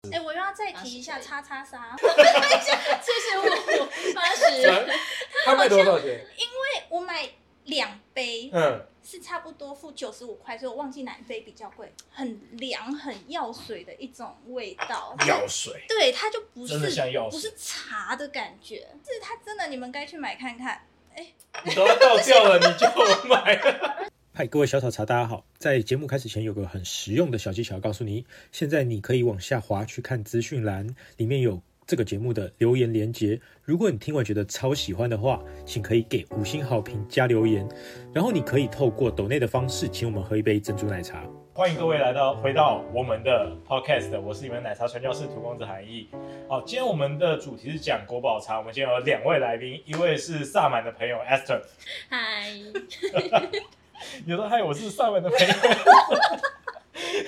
嗯哎要再提一下然后叉叉 杀，谢谢我八十，啊他卖多少钱？对我买两杯嗯，是差不多付九十五块，所以我忘记哪一杯比较贵，很凉很药水的一种味道，药嗯水，对，它就不真的是像药水不是茶的感觉，是它真的，你们该去买看看。你都要倒掉了，你就买了。嗨，各位小草茶，大家好！在节目开始前，有个很实用的小技巧要告诉你，现在你可以往下滑去看资讯栏，里面有这个节目的留言连接。如果你听完觉得超喜欢的话，请可以给五星好评加留言。然后你可以透过抖内的方式，请我们喝一杯珍珠奶茶。 欢迎各位来到回到我们的 podcast，我是你们奶茶传教士涂公子韩毅。好，今天我们的主题是讲国宝茶，我们今天有两位来宾，一位是萨满的朋友 Esther，嗨， 有的嗨，我是萨满的朋友。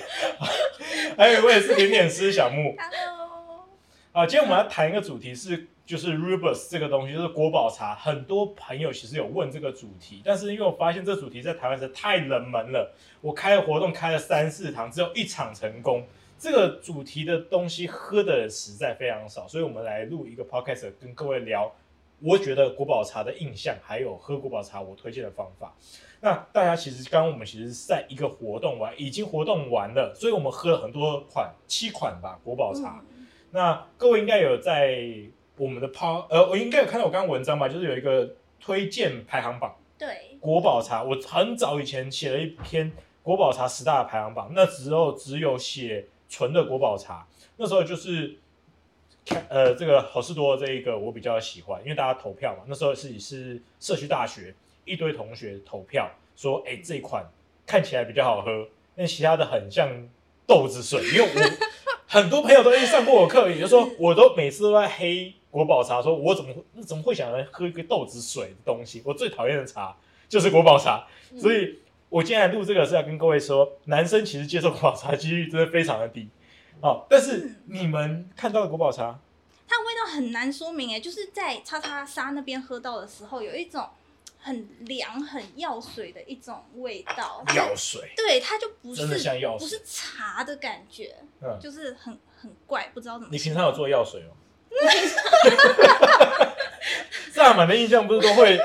还有一位是甜点师小木。 Hello，啊，今天我们要谈一个主题是，就是 Rubus 这个东西，就是国宝茶。很多朋友其实有问这个主题，但是因为我发现这主题在台湾实在太冷门了，我开活动开了三四堂，只有一场成功。这个主题的东西喝的人实在非常少，所以我们来录一个 podcast 跟各位聊，我觉得国宝茶的印象，还有喝国宝茶我推荐的方法。那大家其实刚刚我们其实是在一个活动完，已经活动完了，所以我们喝了很多款，七款吧国宝茶。嗯那各位应该有在我们的抛呃，我应该有看到我刚刚文章吧，就是有一个推荐排行榜，对，国宝茶。我很早以前写了一篇国宝茶十大的排行榜，那时候只有写纯的国宝茶，那时候就是。呃，这个好事多这一个我比较喜欢，因为大家投票嘛，那时候是是社区大学一堆同学投票说，哎、这一款看起来比较好喝，但其他的很像豆子水，因为 我很多朋友都去上过我课，也就是嗯说，我都每次都在黑国宝茶，说我怎么会怎么会想来喝一个豆子水的东西？我最讨厌的茶就是国宝茶，嗯所以我今天来录这个是要跟各位说，男生其实接受国宝茶的几率真的非常的低。哦，但嗯是你们看到的国宝茶，它的味道很难说明诶，就是在叉叉沙那边喝到的时候，有一种很凉很药水的一种味道，药水，对，它就啊不真的像是药不水是茶的感觉，嗯就是很很怪，不知道怎么你形平容。常有做药水吗？萨满的印象不是都会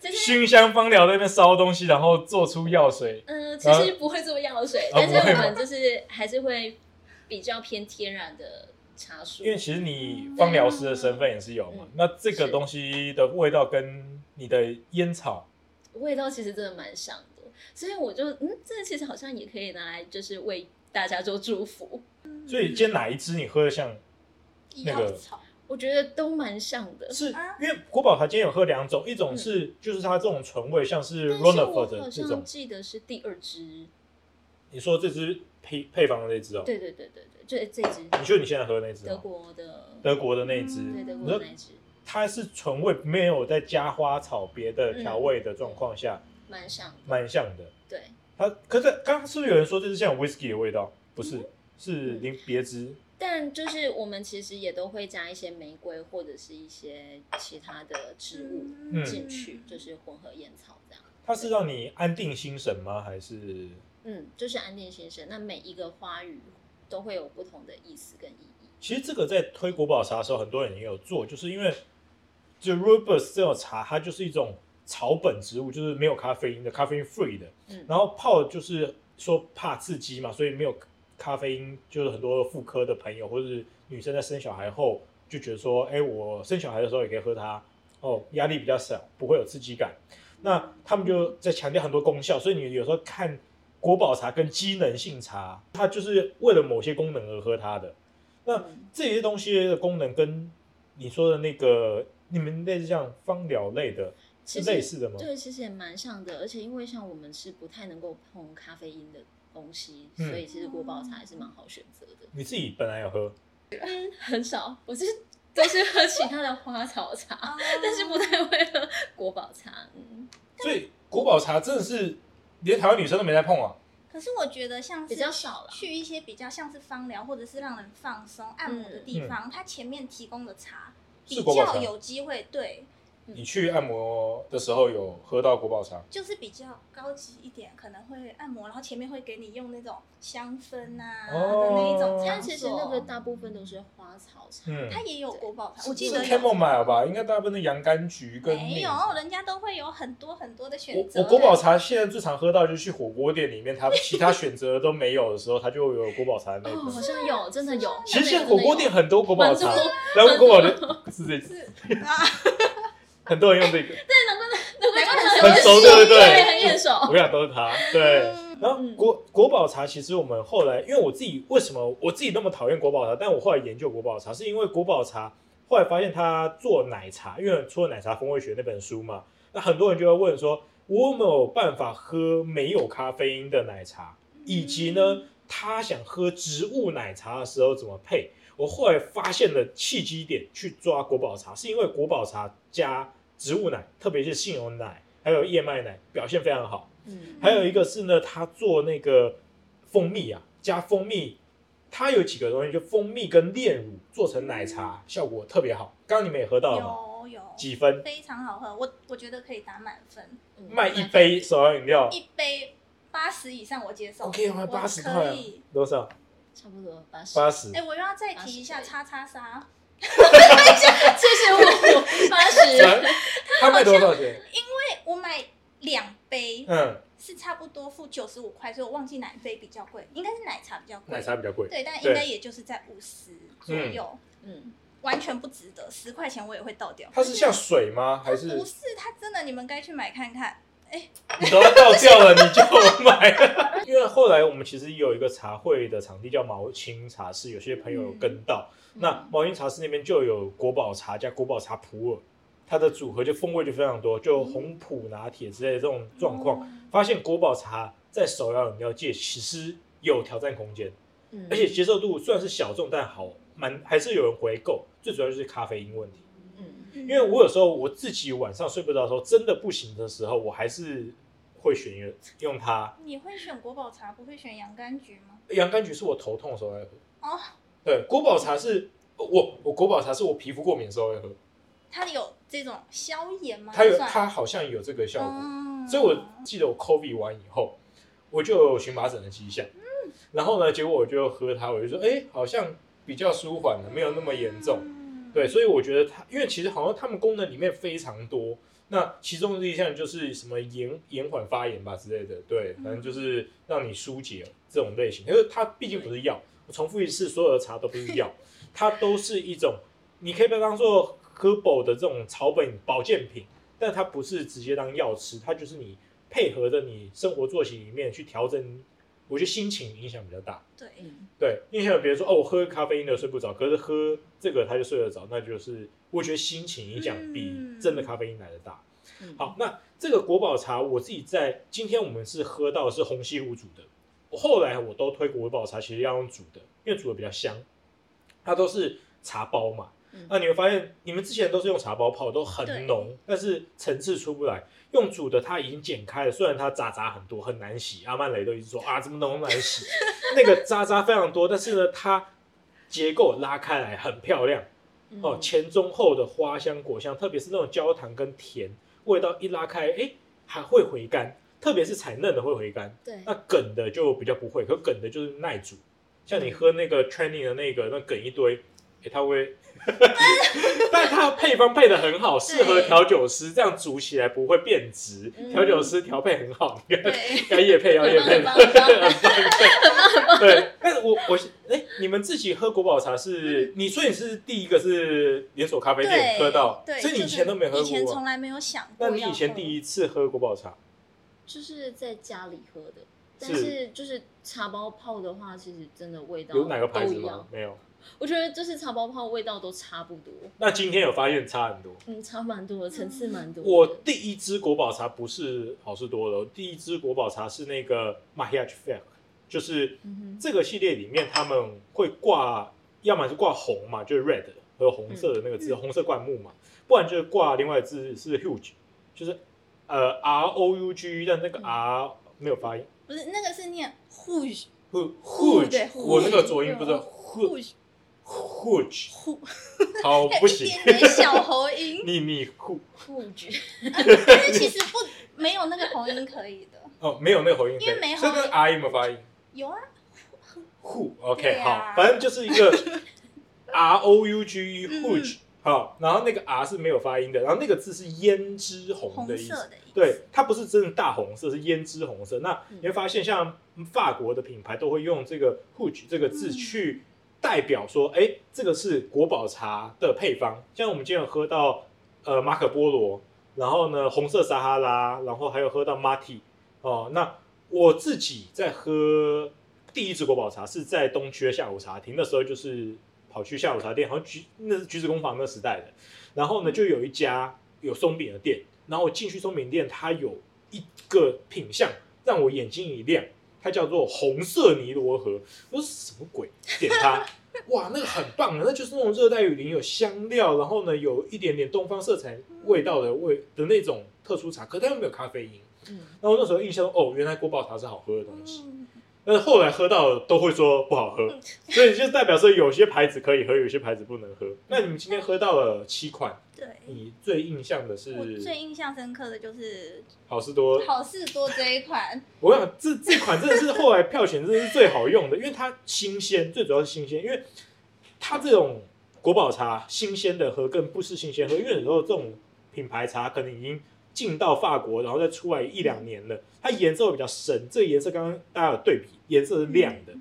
就是熏香芳疗在那边烧东西，然后做出药水？呃，其实不会做药水，啊但是我们就是还是会比较偏天然的茶树因，为其实你芳疗师的身份也是有嘛嗯，那这个是东西的味道跟你的烟草，味道其实真的蛮像的，所以我就嗯，这个其实好像也可以拿来就是为大家做祝福，所以今天哪一支你喝的像？那个药草，我觉得都蛮像的。是啊因为国宝茶今天有喝两种，一种是就是它这种醇味，像是嗯但 r 是 o n a f o 我 r 的好这种像，记得是第二支，你说这支配配方的那支哦，对对对对对，就是这支你说你现在喝的那支德哦，国的，德国的那一支，对德你国说的那一支，它是纯味，没有再加花草别的调味的状况下，蛮像的，蛮像的。对，它可是刚刚是不是有人说这是像 whisky 的味道？不是，是零别枝。但就是我们其实也都会加一些玫瑰或者是一些其他的植物嗯进去，就是混合烟草这样。它是让你安定心神吗？还是嗯，就是安定先生。那每一个花语都会有不同的意思跟意义。其实这个在推国宝茶的时候，很多人也有做，就是因为就 rubus 这种茶，它就是一种草本植物，就是没有咖啡因的，咖啡因 free 的。嗯，然后泡就是说怕刺激嘛，所以没有咖啡因，就是很多妇科的朋友或者是女生在生小孩后就觉得说，哎，我生小孩的时候也可以喝它，哦，压力比较少，不会有刺激感。那他们就在强调很多功效，所以你有时候看国宝茶跟机能性茶，它就是为了某些功能而喝它的。那嗯这些东西的功能跟你说的那个，你们类似像芳疗类的，是其实类似的吗？对，其实也蛮像的。而且因为像我们是不太能够碰咖啡因的东西，嗯所以其实国宝茶还是蛮好选择的。 你自己本来有喝，很少，我是都是喝其他的花草茶，哦但是不太会喝国宝茶。嗯，所以国宝茶真的是连台湾女生都没在碰啊。可是我觉得像是比较少啦去一些比较像是芳疗或者是让人嗯放松、按摩的地方，它前面提供的茶嗯是比国宝茶较有机会对嗯你去按摩的时候有喝到国宝茶，就是比较高级一点，可能会按摩，然后前面会给你用那种香氛啊、哦的那一种但场所。其实那个大部分都是花草茶，嗯，它也有国宝茶，我记是得 chamomile 吧，应该大部分的洋甘菊跟没 mint 有，人家都会有很多很多的选我择。我国宝茶现在最常喝到就是去火锅店里面，它其他选择都没有的时候，它就有国宝茶的那一哦，款。好像有，真的有。其实现在真的火有锅店很多国宝茶蛮多，然后国宝的是这是啊，很多人用这个，难怪很很熟，对不对，对？很眼熟。我想都是它，对。然后嗯国国宝茶，其实我们后来，因为我自己为什么我自己那么讨厌国宝茶，但我后来研究国宝茶，是因为国宝茶后来发现它做奶茶，因为出了《奶茶风味学》那本书嘛，那很多人就会问说，我有没有办法喝没有咖啡因的奶茶，以及呢，嗯他想喝植物奶茶的时候怎么配？我后来发现了契机点去抓国宝茶，是因为国宝茶加植物奶，特别是杏仁奶还有燕麦奶表现非常好。嗯 还有一个是呢，他做那个蜂蜜啊，加蜂蜜，它有几个东西，就蜂蜜跟炼乳做成奶茶，效果特别好。刚刚你们也喝到了吗？嗯有有几分？非常好喝，我我觉得可以打满分，嗯卖一杯手摇饮料一杯八十以上我接受。 ，OK，我还我八十块可啊以。，多少？嗯差不多八十。八十哎，。我又要再提一下80叉叉沙， 谢谢我八十。他卖多少钱？对哎我买两杯嗯，是差不多付九十五块，所以我忘记哪一杯比较贵，应该是奶茶比较贵。奶茶比较贵。对，但对应该也就是在五十左右，嗯，完全不值得，十块钱我也会倒掉。它是像水吗？还是不是，它真的，你们该去买看看。你都要倒掉了，你就买了。 因为后来我们其实有一个茶会的场地叫毛青茶室，有些朋友有跟到。那毛青茶室那边就有国宝茶加国宝茶普洱，它的组合就风味就非常多，就红普拿铁之类的这种状况。嗯发现国宝茶在手摇饮料界其实有挑战空间，嗯而且接受度虽然是小众，但好蛮还是有人回购。最主要就是咖啡因问题。嗯因因为我有时候我自己晚上睡不着的时候，真的不行的时候，我还是会选一个用它。你会选国宝茶，不会选洋甘菊吗？洋甘菊是我头痛的时候爱喝。哦，对，国宝茶是我我国宝茶是我皮肤过敏的时候爱喝，哦它有这种消炎吗？它有算它好像有这个效果。啊嗯所以我记得我 COVID 完以后，我就有荨麻疹的迹象。嗯然后呢，结果我就喝它，我就说，哎、好像比较舒缓了，没有那么严重。嗯对，所以我觉得它，因为其实好像它们功能里面非常多，那其中的一项就是什么延延缓发炎吧之类的，对，反正就是让你疏解这种类型。因为它毕竟不是药，我重复一次，所有的茶都不是药，它都是一种，你可以把它当做 herbal 的这种草本保健品，但它不是直接当药吃，它就是你配合着你生活作息里面去调整，我觉得心情影响比较大。对，嗯对，因为像别人说哦，我喝咖啡因的睡不着，可是喝这个他就睡得着，那就是我觉得心情影响比嗯真的咖啡因来的大。嗯好，那这个国宝茶我自己在今天我们是喝到的是红西湖煮的，我后来我都推国宝茶其实要用煮的，因为煮的比较香，它都是茶包嘛。嗯那你会发现，你们之前都是用茶包泡，都很对浓，但是层次出不来。用煮的它已经剪开了，虽然它渣渣很多，很难洗。阿曼雷都一直说啊，这么浓难洗， 那个渣渣非常多，但是呢，它结构拉开来很漂亮。嗯哦，前中后的花香果香，特别是那种焦糖跟甜味道一拉开，哎，还会回甘，特别是采嫩的会回甘，对，那梗的就比较不会，可梗的就是耐煮，像你喝那个 training 的那个那梗一堆，哎，它会， 但它配方配的很好，适合对调酒师，这样煮起来不会变质，嗯调酒师调配很好，你看对，该夜配要夜配很。棒很棒很棒对，但是我我哎、你们自己喝国宝茶是，你说你是第一个是连锁咖啡店嗯对，喝到，对，所以你就以是前都没喝以前过从啊。来没有想过那要喝。你以前第一一次喝国宝茶， 就是在家里喝的，但是是就是茶包泡的话，其实真的味道有哪个牌都子一吗样？。没有。我觉得就是茶包泡味道都差不多，那今天有发现差很多。嗯，差蛮多的，层次蛮多的。我第一支国宝茶不是好事多的，我第一支国宝茶是那个 Mahiach Fair，就是嗯这个系列里面他们会挂，要么是挂红嘛，就是 red 和红色的那个嗯字，红色灌木嘛，不然就是挂另外一个字是 huge，就是呃 R O U G，但那个嗯 R 没有发音不是那个是念 huge ，hu 对 huge， ，huge，我那个浊音不知道 huge huge Hooch，呼，好不 行一，点点小喉 音，秘密 Hoo，布局，但是其实不没有那个喉音可以的。哦，没有那个喉音可以，因为没这喉音个 R 有没有发音有啊，对 Who，OK，好啊，反正就是一个 R O U G E 嗯 Hooch，好，然后那个 R 是没有发音的，然后那个字是胭脂红红的意思色。的意思。对，它不是真的大红色，是胭脂红色。那嗯你会发现，像法国的品牌都会用这个 “hooch” 这个字嗯去代表说，哎、这个是国宝茶的配方。像我们今天有喝到呃马可波罗，然后呢红色撒哈拉，然后还有喝到马提哦。那我自己在喝第一支国宝茶是在东区的下午茶厅，那时候就是跑去下午茶店，好像橘那是橘子工坊那时代的。然后呢，就有一家有松饼的店，然后我进去松饼店，它有一个品相让我眼睛一亮，它叫做红色尼罗河。我说什么鬼？点 它，哇，那个很棒啊！那就是那种热带雨林有香料，然后呢有一点点东方色彩嗯味道的味的那种特殊茶，可它又没有咖啡因。嗯，然后那时候印象中，哦，原来国宝茶是好喝的东西。嗯，但是后来喝到了都会说不好喝，所以就代表说有些牌子可以喝，有些牌子不能喝。那你们今天喝到了七款，对。你最印象的我最是印象深刻的就是好事多好事多这一款，我跟你讲这这款真的是后来票选真的是最好用的，因为它新鲜，最主要是新鲜，因为它这种国宝茶新鲜的喝跟不是新鲜喝，因为有时候这种品牌茶可能已经进到法国，然后再出来一两年了，它颜色会比较深，这个颜色刚刚大家有对比，颜嗯色是亮的，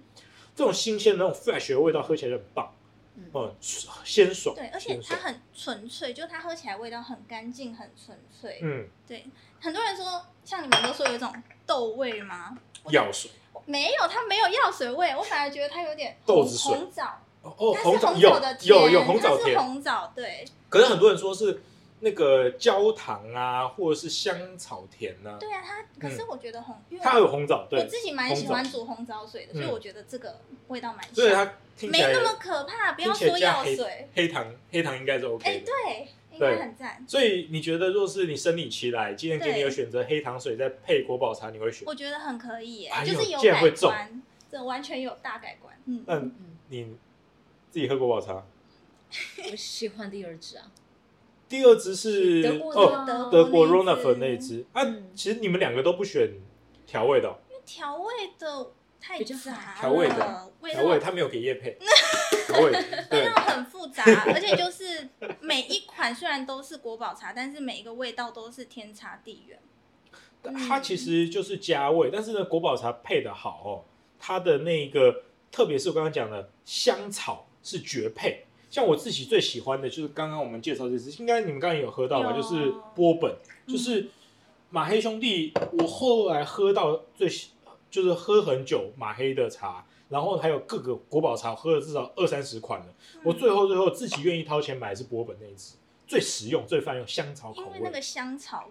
这种新鲜的那种 fresh 的味道喝起来就很棒，嗯嗯，鲜爽，对，而且鲜它爽，很纯粹，就它喝起来味道很干净、很纯粹。嗯，对，很多人说，像你们都说有一种豆味吗？药水，没有，它没有药水味，我反而觉得它有点豆红子水红枣，哦哦，它红是枣红有枣的甜，有有红枣它甜嗯是，红枣，对可是很多人说是那个焦糖啊，或者是香草甜呐、对啊，它可是我觉得红，因为嗯它有红枣，我对，自己蛮红枣喜欢煮红枣水的，所以嗯我觉得这个味道蛮所以香，它听没起来那么可怕，不听要起来说加药黑水，黑糖，黑糖应该是 OK 哎，的。对，应对该很赞，所以你觉得，若是你生理期来，今天给你对有选择黑糖水再配国宝茶，你会选？我觉得很可以耶哎，呦就是有竟然改会中观，这完全有大改观，嗯，那你自己喝国宝茶，我喜欢第二支啊，第二支是德国的哦，吗德国那 r o 一 n a 粉支那一支啊嗯。其实你们两个都不选调味的哦，调味的太比较杂了，调味的味调味道它没有给叶配，调 味对味道很复 杂，而且就是每一款虽然都是国宝茶，但是每一个味道都是天差地远。它其实就是加味，但是呢，国宝茶配的好哦，它的那个，特别是我刚刚讲的香草是绝配。像我自己最喜欢的就是刚刚我们介绍这支，应该你们刚刚有喝到吧？有就是波本，就是马黑兄弟。我后来喝到最喜就是喝很久马黑的茶，然后还有各个国宝茶，我喝了至少二三十款了。嗯我最后最后自己愿意掏钱买的是波本那一支，最实用、最泛用香草口因为味，那个香草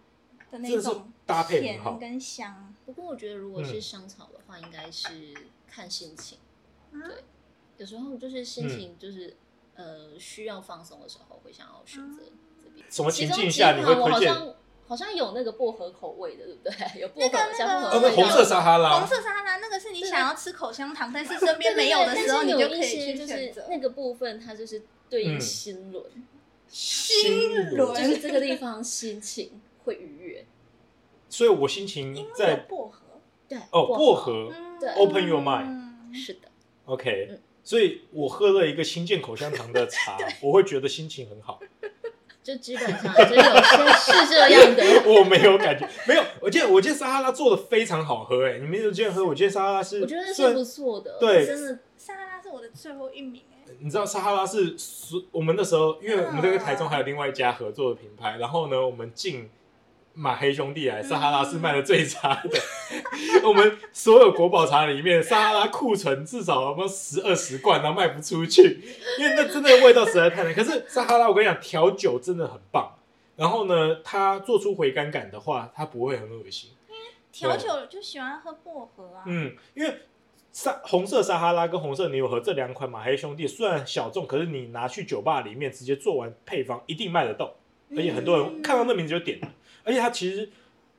的真那的是种搭配很好甜。跟香，不过我觉得如果嗯是香草的话，应该是看心情。对，有时候就是嗯心情就是、呃需要放松的时候，会想要选择嗯这边。什么其情中境几下款你会我推好荐？像好像有那个薄荷口味的，对不对？ 有薄荷、那个加薄哦，那荷味那个红道。色撒哈拉，红色沙拉那个是你对想要吃口香糖，但是身对边对没有的时候，对你但就是可有一以些去就选是择。那个部分，它就是对应嗯心轮，心轮就是这个地方心情会愉悦。所以我心情因为有在薄荷对，哦薄薄荷嗯对，Open your mind 是的， ，OK 嗯。所以我喝了一个清健口香糖的茶，我会觉得心情很好。就基本上就是有些是这样 的。我没有感觉，没有。我记得我记得撒哈拉做的非常好喝，哎，你们有今天喝？我记得撒哈拉是，我觉得虽是然不错的，对真的沙拉是我的最后一名哎，你知道撒哈拉是所我们那时候，因为我们这个台中还有另外一家合作的品牌，然后呢，我们进马黑兄弟来，撒哈拉是卖的最差的。 我们所有国宝茶里面，撒哈拉库存至少有没有十二十罐，然后卖不出去，因为那真的味道实在太难。可是撒哈拉，我跟你讲，调酒真的很棒。然后呢，它做出回甘感的话，它不会很恶心。调酒就喜欢喝薄荷啊，嗯，因为撒红色撒哈拉跟红色牛河这两款马黑兄弟虽然小众，可是你拿去酒吧里面直接做完配方，一定卖得动，而且很多人看到那名字就点了。而且它其实，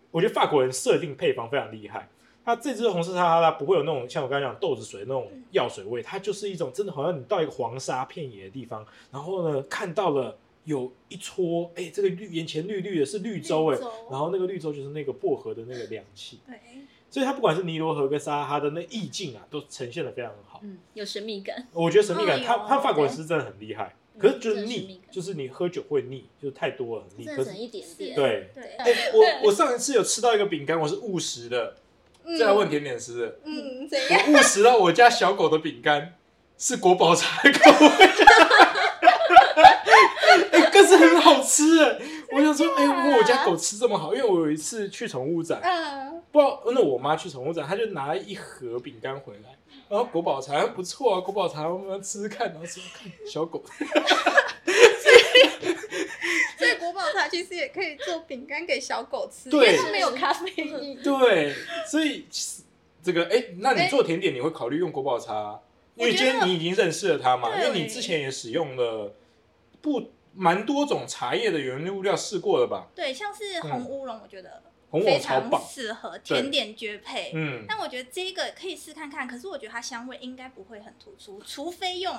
我觉得法国人设定配方非常厉害，它这支红色沙拉不会有那种像我刚才讲豆子水那种药水味，它就是一种真的好像你到一个黄沙片野的地方，然后呢看到了有一撮，哎、这个绿眼前绿绿的是绿洲哎、绿洲然后那个绿洲就是那个薄荷的那个凉气，对，所以它不管是尼罗河跟撒哈拉的那意境啊，都呈现的非常好。嗯，有神秘感，我觉得神秘感，嗯他有他法国人是真的很厉害，可是就嗯哦是真的神腻秘，感就是你喝酒会腻，就是太多了很腻。真可的是省一点点。对，对，哎、我我上一次有吃到一个饼干，我是误食的，嗯再来问点点吃的，嗯，怎样？我误食到我家小狗的饼干是国宝茶的口 味，哎、更是很好吃哎。我想说，哎、啊如果我家狗吃这么好，因为我有一次去宠物展，嗯，不知道，那我妈去宠物展，她就拿了一盒饼干回来，然后国宝茶哎不错啊，国宝茶我们吃吃看，然后说看 小狗，所以国宝茶其实也可以做饼干给小狗吃，因对为它没有咖啡因。对，所以这个哎、那你做甜点你会考虑用国宝茶、因为今天你已经认识了它嘛，因对为你之前也使用了不蛮多种茶叶的原物料试过了吧？对，像是红乌龙，我觉得嗯红非网超常棒，适合甜点绝配。嗯，但我觉得这个可以试看看，可是我觉得它香味应该不会很突出，除非用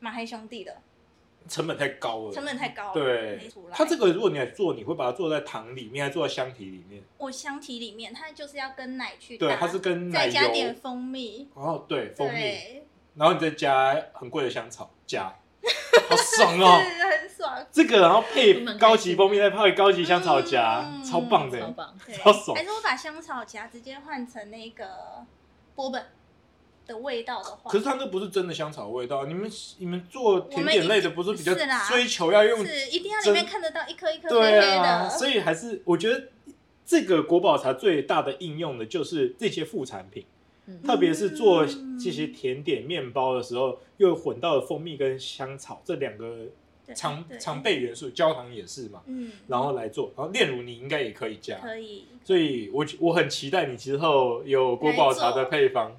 马黑兄弟的，成本太高了，成本太高了，没对出。来。它这个如果你来做，你会把它做在糖里面，还是做在香体里面？我香体里面，它就是要跟奶去搭，对，它是跟再奶油，加点蜂蜜，哦，对，蜂蜜，对，然后你再加很贵的香草，加，好爽是 哦！很爽，这个然后配我们高开级心蜂蜜，再配高级香草夹，嗯超棒超的。欸棒！ 对，超爽还是我把香草夹直接换成那个波本的味道的话，可是它那不是真的香草味道，啊你们你们做甜我们已点经类的不是比较是啦追求要用是一定要里真面看得到一颗一颗黑黑对的，啊，所以还是我觉得这个国宝茶最大的应用的就是这些副产品，嗯特别是做嗯这些甜点、面包的时候，又混到了蜂蜜跟香草这两个对常对常备元素，焦糖也是嘛，嗯，然后来啊做，然后炼乳你应该也可以加，可以，所以我我很期待你之后有国宝茶的配方。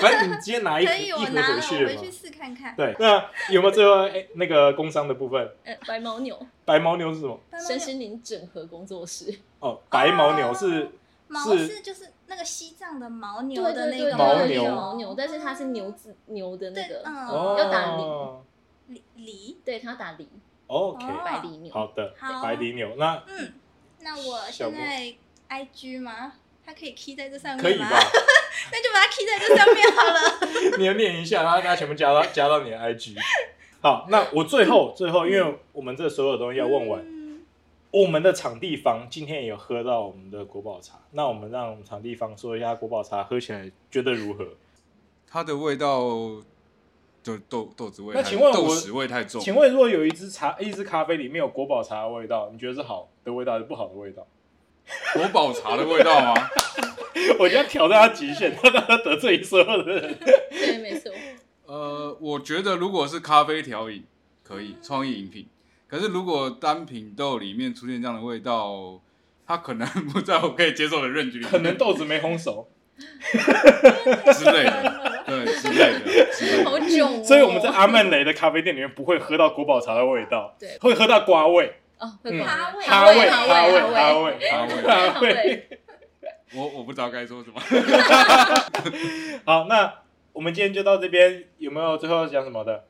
反正你今天拿一可一以，盒我拿了，回我去回了嘛去？试看看。对，那有没有最后、哎那个工商的部分？呃，白牦牛白牦牛是什么？斑猫身心灵整合工作室，哦，白牦牛是牦是是就是那个西藏的牦牛对的对那对，个牦对牛有牦牛，但是它是牛字牛的那对个，嗯嗯要打梨，哦梨梨。对，它要打梨， OK，哦白梨牛。好的，好白梨牛那嗯，那我小现莫在 IG 吗？它可以 key 在这上可以面吗？吧？ 那就把它 key 在这上面好了。你要念一下，然后大家全部加到加到你的 IG。好，那我最后最后，因为我们这所有东西要问完，嗯我们的场地方今天也有喝到我们的国宝茶，那我们让场地方说一下国宝茶喝起来觉得如何？它的味道就豆豆子味那太，请问我豆豉味太重。请问，如果有一支茶、一支咖啡里面有国宝茶的味道，你觉得是好的味道还是不好的味道？ 国宝茶的味道吗？ 我就要挑战他极限，让他得罪所有的人。对，没错，呃，我觉得如果是咖啡调饮，可以创意饮品。可是如果单品豆里面出现这样的味道，它可能不在我可以接受的认知里面，可能豆子没烘熟，之类的，对之类的之类好的。囧哦。所以我们在阿曼雷的咖啡店里面不会喝到国宝茶的味道，对会喝到瓜味、哦，嗯哈味哈味、哈哈味、味哈哈味、哈味哈哈味味。我我不知道该说什么。好，那我们今天就到这边，有没有最后要讲什么的？